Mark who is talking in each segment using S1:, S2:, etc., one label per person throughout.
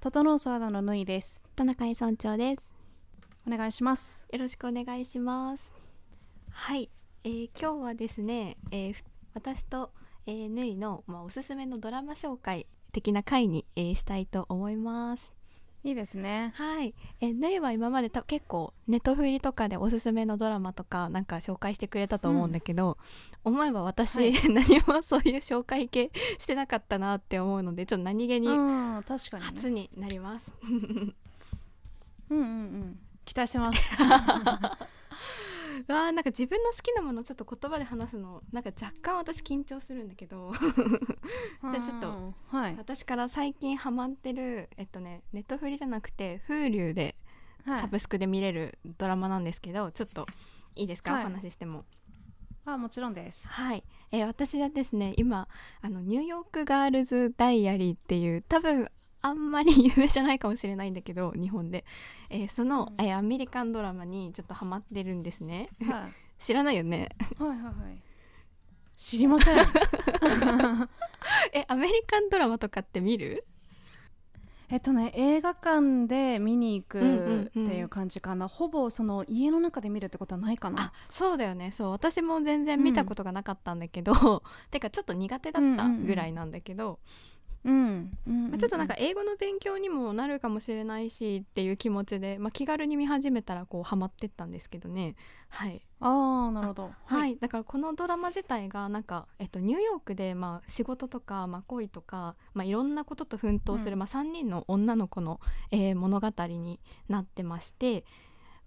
S1: 整うサラダのぬいです
S2: 田中井村長です
S1: お願いします
S2: よろしくお願いしますはい、えー今日はですね、えーふ私と、えー、ぬいの、まあ、おすすめのドラマ紹介的な回に、えーしたいと思います
S1: いいですね
S2: はい、えー、ぬいは今までた結構ネットフリとかでおすすめのドラマとかなんか紹介してくれたと思うんだけど、思えば私、
S1: はい
S2: 何もそういう紹介系してなかったなって思うのでちょっと何気に
S1: うん確かに、ね、
S2: 初になります、
S1: うんうんうん期待してます
S2: うわーなんか自分の好きなものをちょっと言葉で話すのなんか若干私緊張するんだけど
S1: じ
S2: ゃあちょっと
S1: はい
S2: 私から最近ハマってるえっとねネットフリじゃなくて Hulu で
S1: は
S2: サ
S1: い
S2: ブスクで見れるドラマなんですけど、ちょっといいですか、
S1: はい
S2: お話ししても
S1: あもちろんです
S2: はい、えー私はですね今あのニューヨークガールズダイアリーっていう多分あんまり 有名じゃないかもしれないんだけど日本で、えーその、
S1: うん
S2: えーアメリカンドラマにちょっとハマってるんですね
S1: はいはい
S2: 知らないよね
S1: はいはい知りません
S2: えアメリカンドラマとかって見る
S1: えっとね映画館で見に行
S2: う
S1: く
S2: ん
S1: っ
S2: う
S1: て
S2: んうん
S1: いう感じかな、ほぼその家の中で見るってことはないか
S2: あ
S1: な
S2: そうだよねそう私も全然見たことがなかったんだけど、 てかちょっと苦手だったぐらいなんだけど、
S1: うん、うんうん
S2: まあちょっとなんか英語の勉強にもなるかもしれないしっていう気持ちで、まあ、気軽に見始めたらこうハマってったんですけどねはい、
S1: ああなるほど
S2: はいだからこのドラマ自体がなんか、えっと、ニューヨークでまあ仕事とか、まあ、恋とか、まあ、いろんなことと奮闘する、
S1: うん
S2: まあ、3人の女の子の、えー物語になってまして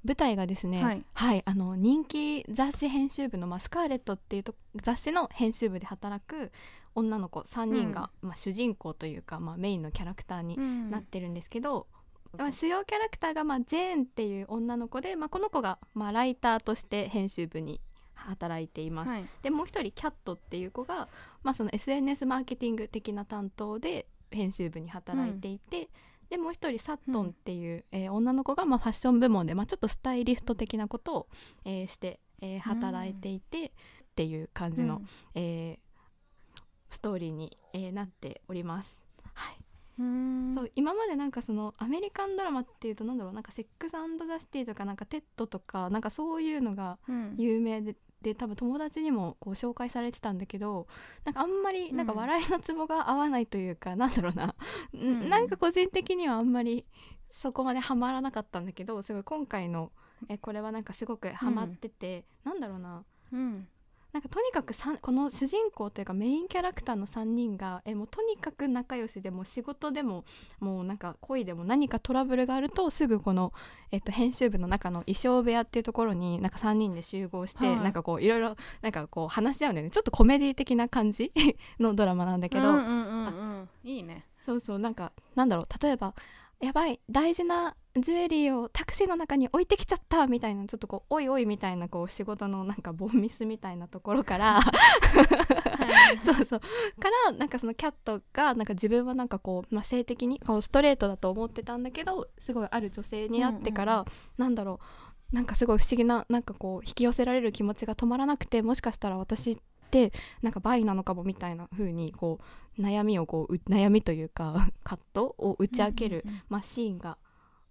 S2: 舞台がですね、
S1: はい
S2: あの人気雑誌編集部の、まあ、スカーレットっていうと雑誌の編集部で働く女の子3人が、まあ、主人公というか、まあ、メインのキャラクターに
S1: うん
S2: なってるんですけど、
S1: そう
S2: まあ、主要キャラクターがまあジェーンっていう女の子で、まあ、この子がまあライターとして編集部に働いています。
S1: はい
S2: でもう一人キャットっていう子が、まあ、その SNS マーケティング的な担当で編集部に働いていて、でもう一人サットンっていう、えー女の子がまあファッション部門で、まあ、ちょっとスタイリスト的なことを、えーして、えー働いていて、っていう感じの、えーストーリーに、えーなっております。はい
S1: うん
S2: そう今までなんかそのアメリカンドラマっていうとなんだろうなんかセックスザシティとかなんかテッドとかなんかそういうのが
S1: うん
S2: 有名で。で多分友達にもこう紹介されてたんだけどなんかあんまりなんか
S1: うん
S2: 笑いのツボが合わないというか、なんだろうな、
S1: ん
S2: ん、なんか個人的にはあんまりそこまでハマらなかったんだけどすごい今回のえこれはなんかすごくハマってて、なんだろうな
S1: うん
S2: なんかとにかくさんこの主人公というかメインキャラクターの3人がえもうとにかく仲良しでもう仕事でももうなんか恋でも何かトラブルがあるとすぐこの、えっと、編集部の中の衣装部屋っていうところになんか3人で集合して、
S1: はい
S2: なんかこういろいろなんかこう話し合うんだよねちょっとコメディ的な感じのドラマなんだけど、
S1: うんうんうんうんいい ね
S2: そうそうなんかなんだろう例えばやばい大事なジュエリーをタクシーの中に置いてきちゃったみたいなちょっとこうおいおいみたいなこう仕事のなんかボンミスみたいなところから そうそうからなんかそのキャットがなんか自分はなんかこう、まあ、性的にこうストレートだと思ってたんだけどすごいある女性になってか
S1: う
S2: ら、
S1: ん
S2: なんだろうなんかすごい不思議ななんかこう引き寄せられる気持ちが止まらなくてもしかしたら私ってなんかバイなのかもみたいな風にこう悩みをこうう悩みというか 葛藤を打ち明ける、まあ、シーンが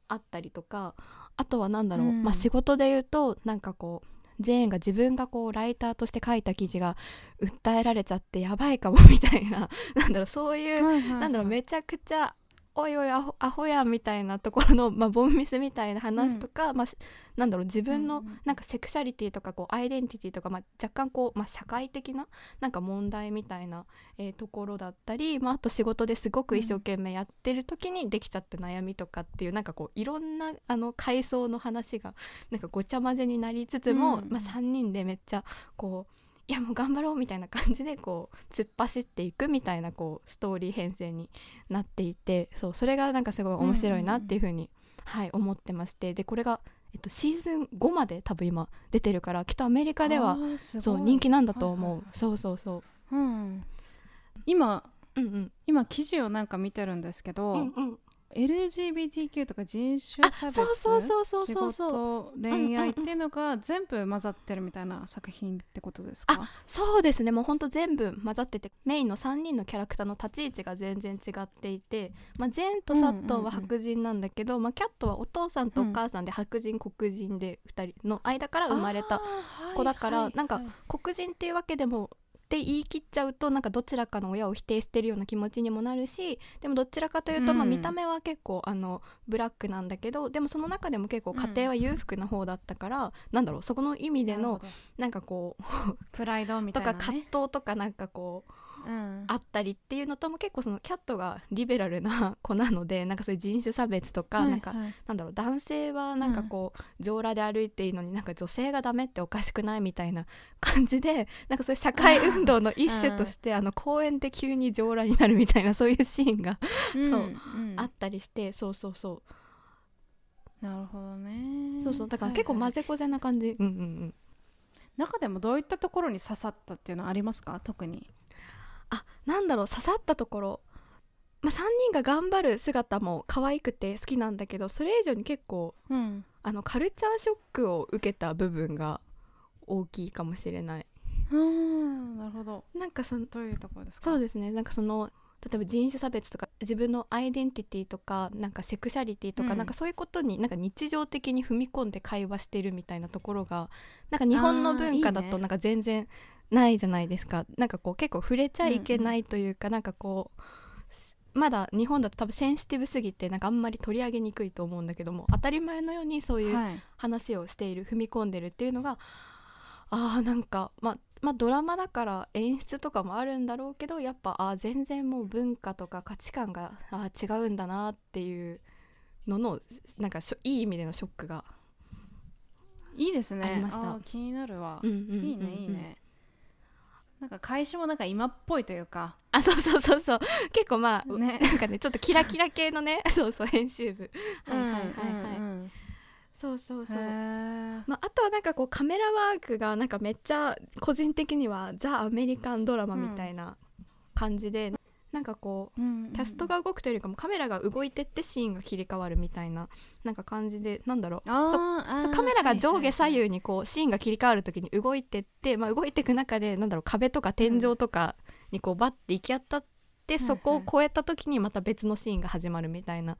S2: あったりとかあとは何だろう、
S1: うん
S2: まあ、仕事で言うとなんかこうジェーンが自分がこうライターとして書いた記事が訴えられちゃってやばいかもみたいな なんだろうそういう、なんだろうめちゃくちゃおいおいアホアホやんみたいなところの、まあ、ボンミスみたいな話とか、まあ、しなんだろう自分
S1: う
S2: の
S1: んうんうん
S2: なんかセクシャリティとかこうアイデンティティとか、まあ、若干こう、まあ、社会的ななんか問題みたいな、えーところだったり、まあ、あと仕事ですごく一生懸命やってる時にできちゃった悩みとかっていうなんかこういろんなあの階層の話がなんかごちゃ混ぜになりつつも、
S1: うん
S2: まあ、3人でめっちゃこういやもう頑張ろうみたいな感じでこう突っ走っていくみたいなこうストーリー編成になっていてそうそれがなんかすごい面白いなっていうふうに、はい、思ってましてでこれが、えっと、シーズン5まで多分今出てるからきっとアメリカではそう人気なんだと思う、
S1: はいはいは
S2: そうそうそ
S1: うん今
S2: ううんうん
S1: 今記事をなんか見てるんですけど、
S2: うんうん
S1: LGBTQ とか人種差別
S2: あそうそうそうそうそうそう
S1: 仕事恋愛っていうのが全部混ざってるみたいな作品ってことですか、
S2: そうですねもうほんと全部混ざっててメインの3人のキャラクターの立ち位置が全然違っていて、まあ、ジェーンとサットンは白人なんだけど、まあ、キャットはお父さんとお母さんで白人、黒人で2人の間から生まれた子だからなんか黒人っていうわけでもって言い切っちゃうとなんかどちらかの親を否定してるような気持ちにもなるしでもどちらかというと、
S1: うん
S2: まあ、見た目は結構あのブラックなんだけどでもその中でも結構家庭は裕福な方だったから、なんだろうそこの意味で
S1: なる
S2: の
S1: ほど
S2: なんかこう
S1: プライドみた
S2: と
S1: いな、
S2: か
S1: ね、
S2: 葛藤とかなんかこう
S1: うん、
S2: あったりっていうのとも結構そのキャットがリベラルな子なのでなんかそういう人種差別とか、
S1: はい
S2: なんか
S1: はい
S2: なんだろう男性はなんかこう、上裸で歩いていいのになんか女性がダメっておかしくないみたいな感じで なんかそういう社会運動の一種として、あの公園で急に上裸になるみたいなそういうシーンが
S1: ん
S2: そうんあったりして、そうそうそ
S1: なるほどね
S2: うそうそうだから結構
S1: はいは
S2: 混
S1: い
S2: ぜこぜな感じ、うんうんうん
S1: 中でもどういったところに刺さったっていうのはありますか特に
S2: あなんだろう刺さったところ、まあ、3人が頑張る姿も可愛くて好きなんだけどそれ以上に結構
S1: うん
S2: あのカルチャーショックを受けた部分が大きいかもしれない
S1: うんなるほど
S2: なんかその
S1: どういうところですか
S2: そうですねなんかその例えば人種差別とか自分のアイデンティティとかなんかセクシャリティとか、
S1: うん
S2: なんかそういうことになんか日常的に踏み込んで会話してるみたいなところがなんか日本の文化だ
S1: あーいい
S2: と
S1: ね
S2: なんか全然ないじゃないですか、なんかこう結構触れちゃいけないというか、なんかこうまだ日本だと多分センシティブすぎてなんかあんまり取り上げにくいと思うんだけども当たり前のようにそういう
S1: はい
S2: 話をしている踏み込んでるっていうのがあーなんかまあまあドラマだから演出とかもあるんだろうけどやっぱあー全然もう文化とか価値観があー違うんだなっていうののなんかしょいい意味でのショックが、
S1: いいですね
S2: ありました
S1: ー気になるわ、
S2: うんうんうんうん
S1: いいねいいねなんか開始もなんか今っぽいというか
S2: あそうそうそうそう結構まあ、
S1: ね
S2: なんかねちょっとキラキラ系のね そうそう編集部はいはいはいはい、
S1: うん
S2: そうそう
S1: う
S2: そ
S1: ん
S2: う
S1: うんへー
S2: まあ、あとはなんかこうカメラワークがなんかめっちゃ個人的にはザ・アメリカンドラマみたいな感じで、なんかこ
S1: うんうんうん
S2: うキャストが動くというよりかもカメラが動いてってシーンが切り替わるみたいななんか感じでなんだろう
S1: あー
S2: そ
S1: あー
S2: そうカメラが上下左
S1: はい
S2: 右にこうシーンが切り替わるときに動いてって、まあ、動いていく中でなんだろう壁とか天井とかにこうバッて行き当たって、
S1: ん
S2: そこを越えたときにまた別のシーンが始まるみたいな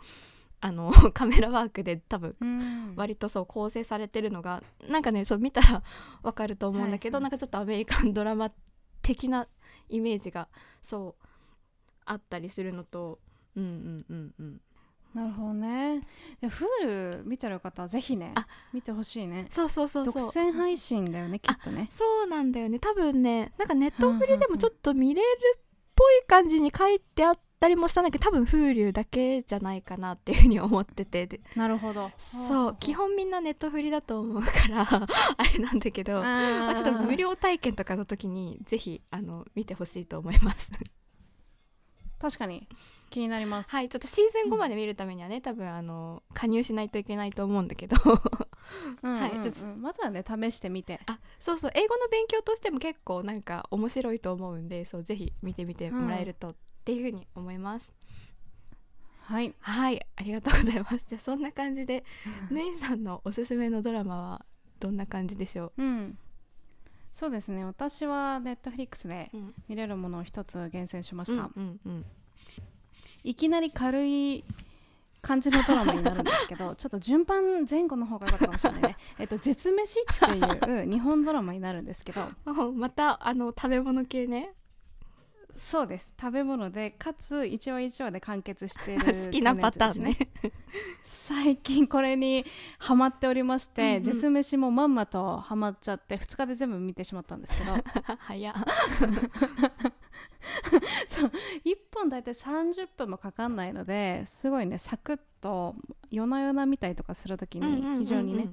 S2: あの カメラワークで多分
S1: はいはいうん
S2: 割とそう構成されてるのがなんかねそう見たら わかると思うんだけど、
S1: はいは
S2: ないんかちょっとアメリカンドラマ的なイメージがそうあったりするのとうんうんうんうん
S1: なるほどねフール見てる方はぜひね
S2: あ
S1: 見てほしいね
S2: そうそうそう
S1: 独
S2: そう
S1: 占配信だよねきっとね
S2: そうなんだよね多分ねなんかネッ
S1: う
S2: トフ
S1: んうんう
S2: リ
S1: ん
S2: でもちょっと見れるっぽい感じに書いてあったりもしたんだけど多分 Hulu だけじゃないかなっていうふうに思っててで
S1: なるほど
S2: そう基本みんなネットフリだと思うから あれなんだけどま
S1: ま
S2: あ、ちょっと無料体験とかの時にぜひあの見てほしいと思います
S1: 確かに気になります
S2: はいちょっとシーズン5まで見るためにはね多分あの加入しないといけないと思うんだけ ど
S1: うんうんうん
S2: はいちょ
S1: まずはね試してみて
S2: あそうそう英語の勉強としても結構なんか面白いと思うんでそうぜひ見てみてもらえると、っていうふうに思います
S1: はい
S2: はいありがとうございますじゃあそんな感じ でぬいさんのおすすめのドラマはどんな感じでしょ
S1: うんそうですね私はネットフリックスで
S2: う、うん、
S1: 見れるものを一つ厳選しま
S2: う
S1: し
S2: ん
S1: た、
S2: うんうん
S1: いきなり軽い感じのドラマになるんですけど ちょっと順番前後の方が良かったかもしれないね えっと「絶飯」っていう日本ドラマになるんですけど
S2: お またあの食べ物系ね
S1: そうです食べ物でかつ一話一話で完結している
S2: 好きなパターンね
S1: 最近これにハマっておりまして、
S2: うんうん
S1: 絶飯もまんまとハマっちゃって2日で全部見てしまったんですけど
S2: 早っ
S1: 1本大体30分もかかんないのですごいねサクッと夜な夜な見たりとかするとき
S2: うんうんうんうん
S1: に非常にね、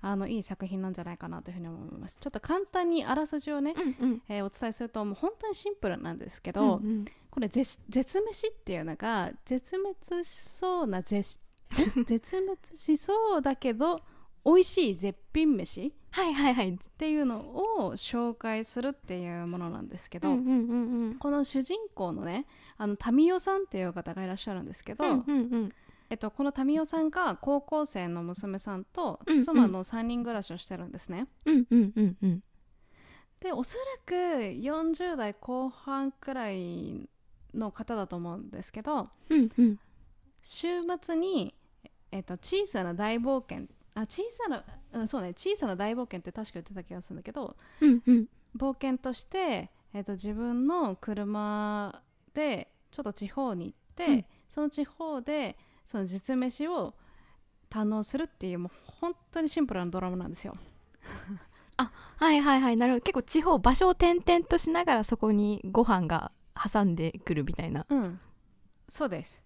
S1: あのいい作品なんじゃないかなというふうに思いますちょっと簡単にあらすじをね、
S2: うんうん
S1: えーお伝えするともう本当にシンプルなんですけど、
S2: うんうん
S1: これ絶絶飯っていうのが絶滅しそうな絶 絶滅しそうだけど美味しい絶品飯っ
S2: はいはいはい。
S1: ていうのを紹介するっていうものなんですけど、
S2: うんうん
S1: この主人公のねあの民生さんっていう方がいらっしゃるんですけど、
S2: うんうんうん
S1: えっと、この民生さんが高校生の娘さんと
S2: うんうん
S1: 妻の3人暮らしをしてるんですね、
S2: うんうんうんうん
S1: でおそらく40代後半くらいの方だと思うんですけど
S2: うんうん
S1: 週末に、えっと、小さな大冒険あ小さな、うん、そうね小さな大冒険って確か言ってた気がするんだけど
S2: うんうん
S1: 冒険として、えっと、自分の車でちょっと地方に行って、
S2: うん
S1: その地方でその絶飯を堪能するっていうもう本当にシンプルなドラマなんですよ。
S2: はいはいはいなるほど結構地方場所を転々としながらそこにご飯が挟んでくるみたいな
S1: うん、そうです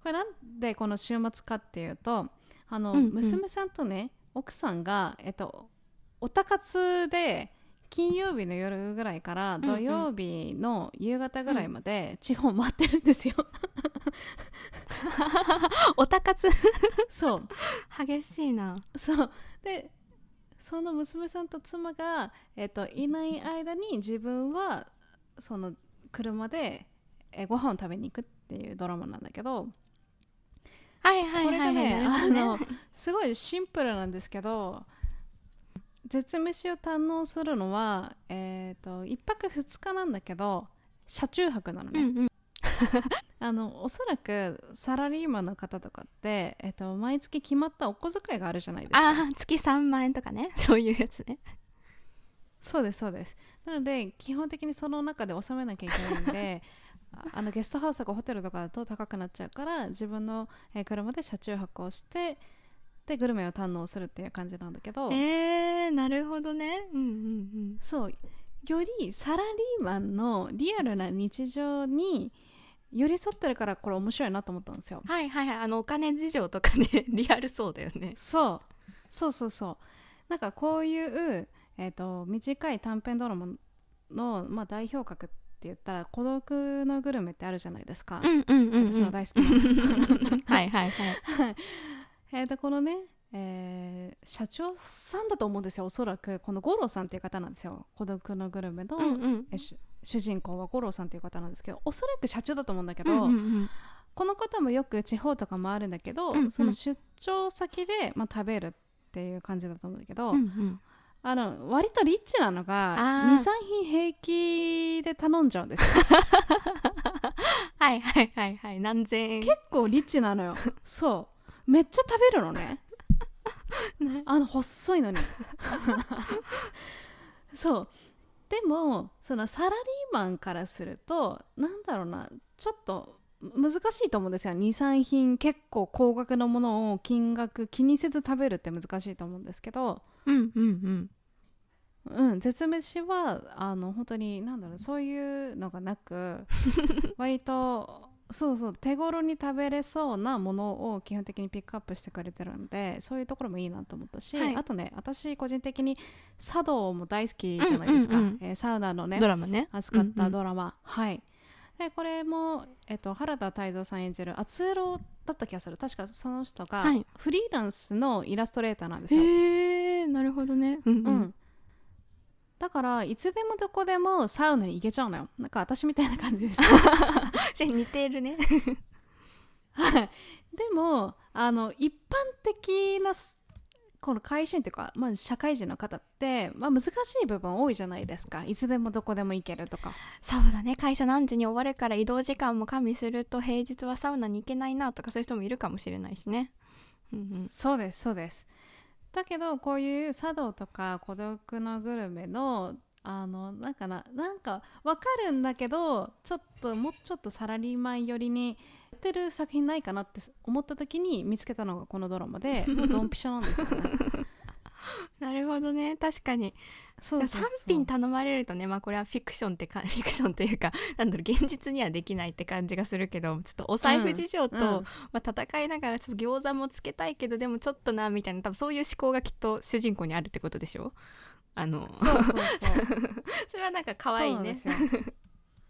S1: これなんでこの週末かっていうとあの、
S2: うんうん
S1: 娘さんとね奥さんが、えっと、おたかつで金曜日の夜ぐらいから
S2: んうん
S1: 土曜日の夕方ぐらいまで地方回ってるんですよ。
S2: おたかつ
S1: そう
S2: 激しいな
S1: そうでその娘さんと妻が、えっといない間に自分はその車でえご飯を食べに行くっていうドラマなんだけど
S2: はいはい
S1: こ
S2: はい
S1: れが
S2: はい
S1: ね
S2: な
S1: あ
S2: るほどね
S1: のすごいシンプルなんですけど絶飯を堪能するのは、えー、と1泊2日なんだけど車中泊なの
S2: う
S1: ね、
S2: んうん
S1: あのおそらくサラリーマンの方とかって、えー、と毎月決まったお小遣いがあるじゃないですか
S2: ああ月3万円とかね そういうやつね
S1: そうですそうですなので基本的にその中で納めなきゃいけないんで ああのゲストハウスとかホテルとかだと高くなっちゃうから自分のえー車で車中泊をしてでグルメを堪能するっていう感じなんだけど、
S2: えー、なるほどねうんうん
S1: そうよりサラリーマンのリアルな日常に寄り添ってるからこれ面白いなと思ったんですよ
S2: うんはいはいはいあのお金事情とかね リアルそうだよね
S1: そうそうそうそうなんかこういう、えー、と短い短編ドラマの、まあ、代表格って言ったら「孤独のグルメ」ってあるじゃないですか、
S2: んうんう
S1: 私の大好きな
S2: はいはいはい
S1: えーとこのね、えー社長さんだと思うんですよおそらくこの五郎さんっていう方なんですよ孤独のグルメの、
S2: うん
S1: えし主人公は五郎さんという方なんですけどおそらく社長だと思うんだけ
S2: う
S1: ど、
S2: んうんうん
S1: この方もよく地方とか回るんだけど、
S2: うんうん
S1: その出張先で、まあ、食べるっていう感じだと思うんだけど、
S2: うんうん
S1: あの割とリッチなのが
S2: あー
S1: 23品平気で頼んじゃうんですよ
S2: はいはいはいはい何千円
S1: 結構リッチな のよそうめっちゃ食べるのね
S2: ね
S1: あの細いの にそうでもそのサラリーマンからするとなんだろうなちょっと難しいと思うんですよ23品結構高額のものを金額気にせず食べるって難しいと思うんですけど
S2: うんうんうん
S1: うん絶飯はあの本当になんだろうそういうのがなく割とそうそう手頃に食べれそうなものを基本的にピックアップしてくれてるんでそういうところもいいなと思ったし、
S2: はい
S1: あとね私個人的に茶道も大好きじゃないですか、
S2: うんうんうん
S1: えーサウナのね
S2: ドラマね
S1: 扱っ
S2: うんう
S1: た
S2: ん
S1: ドラマ、はいでこれも、えっと、原田泰造さん演じる篤郎だった気がする確かその人が
S2: はい
S1: フリーランスのイラストレーターなんですよ、
S2: へえー、なるほどねうんう
S1: うんん、だからいつでもどこでもサウナに行けちゃうのよなんか私みたいな感じです
S2: じゃあ似て るね
S1: はいでもあの一般的なすこの会社員というか、まあ、社会人の方って、まあ、難しい部分多いじゃないですかいつでもどこでも行けるとか
S2: そうだね会社何時に終わるから移動時間も加味すると平日はサウナに行けないなとかそういう人もいるかもしれないしねうんうん
S1: そうですそうですだけどこういう茶道とか孤独のグルメのあのなんかななんかわかるんだけどちょっともうちょっとサラリーマン寄りにやってる作品ないかなって思った時に見つけたのがこのドラマでもうドンピシャなんですよ ね
S2: なるほどね確かに
S1: そうそう
S2: 3
S1: そう
S2: 品頼まれるとねまあこれはフィクションってかフィクションというかなんだろう現実にはできないって感じがするけどちょっとお財布事情と、
S1: うんうん
S2: まあ、戦いながらちょっと餃子もつけたいけどでもちょっとなみたいな多分そういう思考がきっと主人公にあるってことでしょあ のそ
S1: そうそうそう
S2: れはなんか可愛いね
S1: そう なんですよ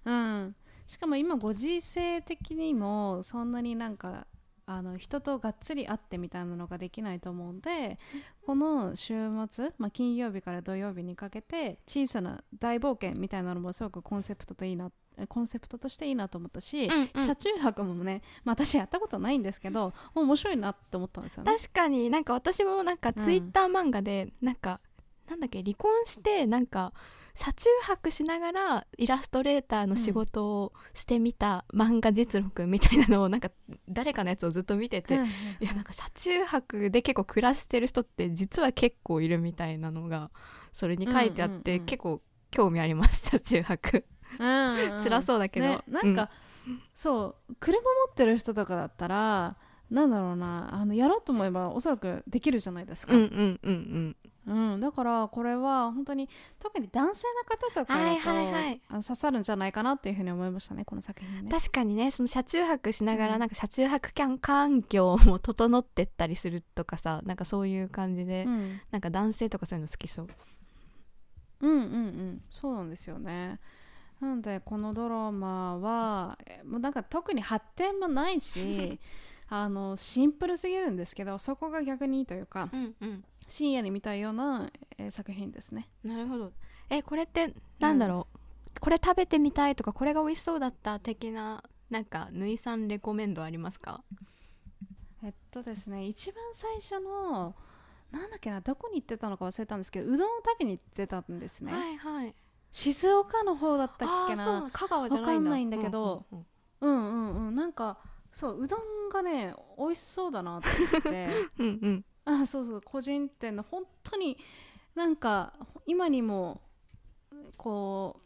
S1: うんしかも今ご時世的にもそんなになんかあの人とがっつり会ってみたいなのができないと思うんでこの週末、まあ、金曜日から土曜日にかけて小さな大冒険みたいなのもすごくコンセプトといいなコンセプトとしていいなと思ったし、
S2: うんうん
S1: 車中泊もね、まあ、私やったことないんですけど面白いなって思ったんですよね。
S2: 確かになんか私もなんか
S1: うん
S2: ツイッター漫画でなんか、なんだっけ離婚してなんか車中泊しながらイラストレーターの仕事をしてみた漫画実録みたいなのをなんか誰かのやつをずっと見てて、
S1: はいはい
S2: いやなんか車中泊で結構暮らしてる人って実は結構いるみたいなのがそれに書いてあって、
S1: うんうんうん
S2: 結構興味あります 車中泊
S1: うんうん
S2: 辛そうだけど、
S1: ね、なんか、そう車持ってる人とかだったらなんだろうなあのやろうと思えばおそらくできるじゃないです
S2: う
S1: か、
S2: ん、うんうんうんうん
S1: うんだからこれは本当に特に男性の方とかだと、
S2: はいはいはい
S1: あの刺さるんじゃないかなっていうふうに思いましたねこの作品ね。
S2: 確かにねその車中泊しなが
S1: う
S2: ら
S1: ん
S2: なんか車中泊キャン環境も整ってったりするとかさなんかそういう感じで、
S1: うん
S2: なんか男性とかそういうの好きそう
S1: うんうんうんそうなんですよねなのでこのドラマはえもうなんか特に発展もない しあのシンプルすぎるんですけどそこが逆にいいというか
S2: うんうん
S1: 深夜に見たいような、えー作品ですね
S2: なるほどえこれってなんだろう、これ食べてみたいとかこれが美味しそうだった的ななんかぬいさんレコメンドありますか
S1: えっとですね一番最初のなんだっけなどこに行ってたのか忘れたんですけどうどんを食べに行ってたんですね、
S2: はいはい
S1: 静岡の方だったっけ
S2: あーそうな
S1: なん
S2: 香川じゃない
S1: わか
S2: んだ
S1: んないんだけど、
S2: うんう
S1: う
S2: ん
S1: んうんうんなんかそううどんがね美味しそうだなと思って
S2: うんうん
S1: あそうそう個人店の本当になんか今にもこ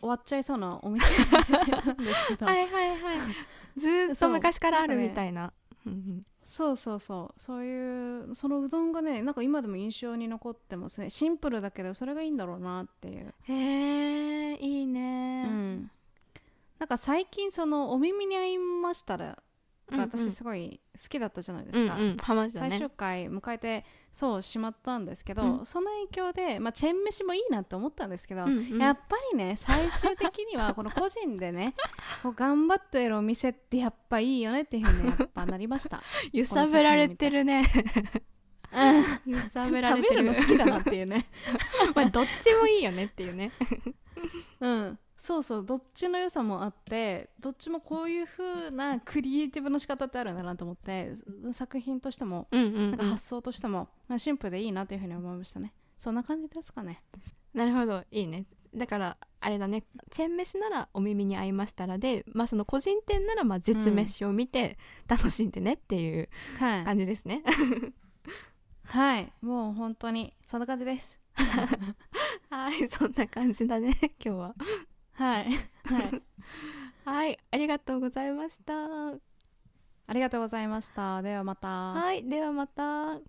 S1: う終わっちゃいそうなお店なんですけど、
S2: はいはい はいずーっと昔からあるみたいなうん
S1: そうそうそうそういうそのうどんがねなんか今でも印象に残ってますねシンプルだけどそれがいいんだろうなっていう、
S2: うんへえいいね
S1: うんなんか最近その「お耳に合いましたら」
S2: うん
S1: が私すごい好きだったじゃないで
S2: う
S1: す
S2: んう
S1: か、
S2: ん浜田
S1: 最
S2: ね
S1: 終回迎えてそうしまったんですけど、
S2: うん
S1: その影響で、まあ、チェーン飯もいいなと思ったんですけど、
S2: うんうん
S1: やっぱりね最終的にはこの個人で ねこう頑張ってるお店ってやっぱいいよねっていうふうにやっぱなりました
S2: 揺さぶられてるね
S1: うん
S2: 揺さぶら
S1: 食
S2: れ
S1: べ
S2: て
S1: る
S2: る
S1: の好きだなっていうね
S2: まあどっちもいいよねっていうね
S1: うんそうそうどっちの良さもあってどっちもこういう風なクリエイティブの仕方ってあるんだなと思って作品としても
S2: うんうんう
S1: なん
S2: ん
S1: か発想としても、まあ、シンプルでいいなというふうに思いましたねそんな感じですかね
S2: なるほどいいねだからあれだねチェーン飯ならお耳に合いましたらでまあその個人店ならまあ絶飯を見て楽しんでねっていう
S1: はい、
S2: 感じですね
S1: はい、もう本当にそんな感じです
S2: はい そんな感じだね今日は
S1: はい、はい、
S2: はいありがとうございました
S1: ありがとうございましたではまた
S2: はいではまた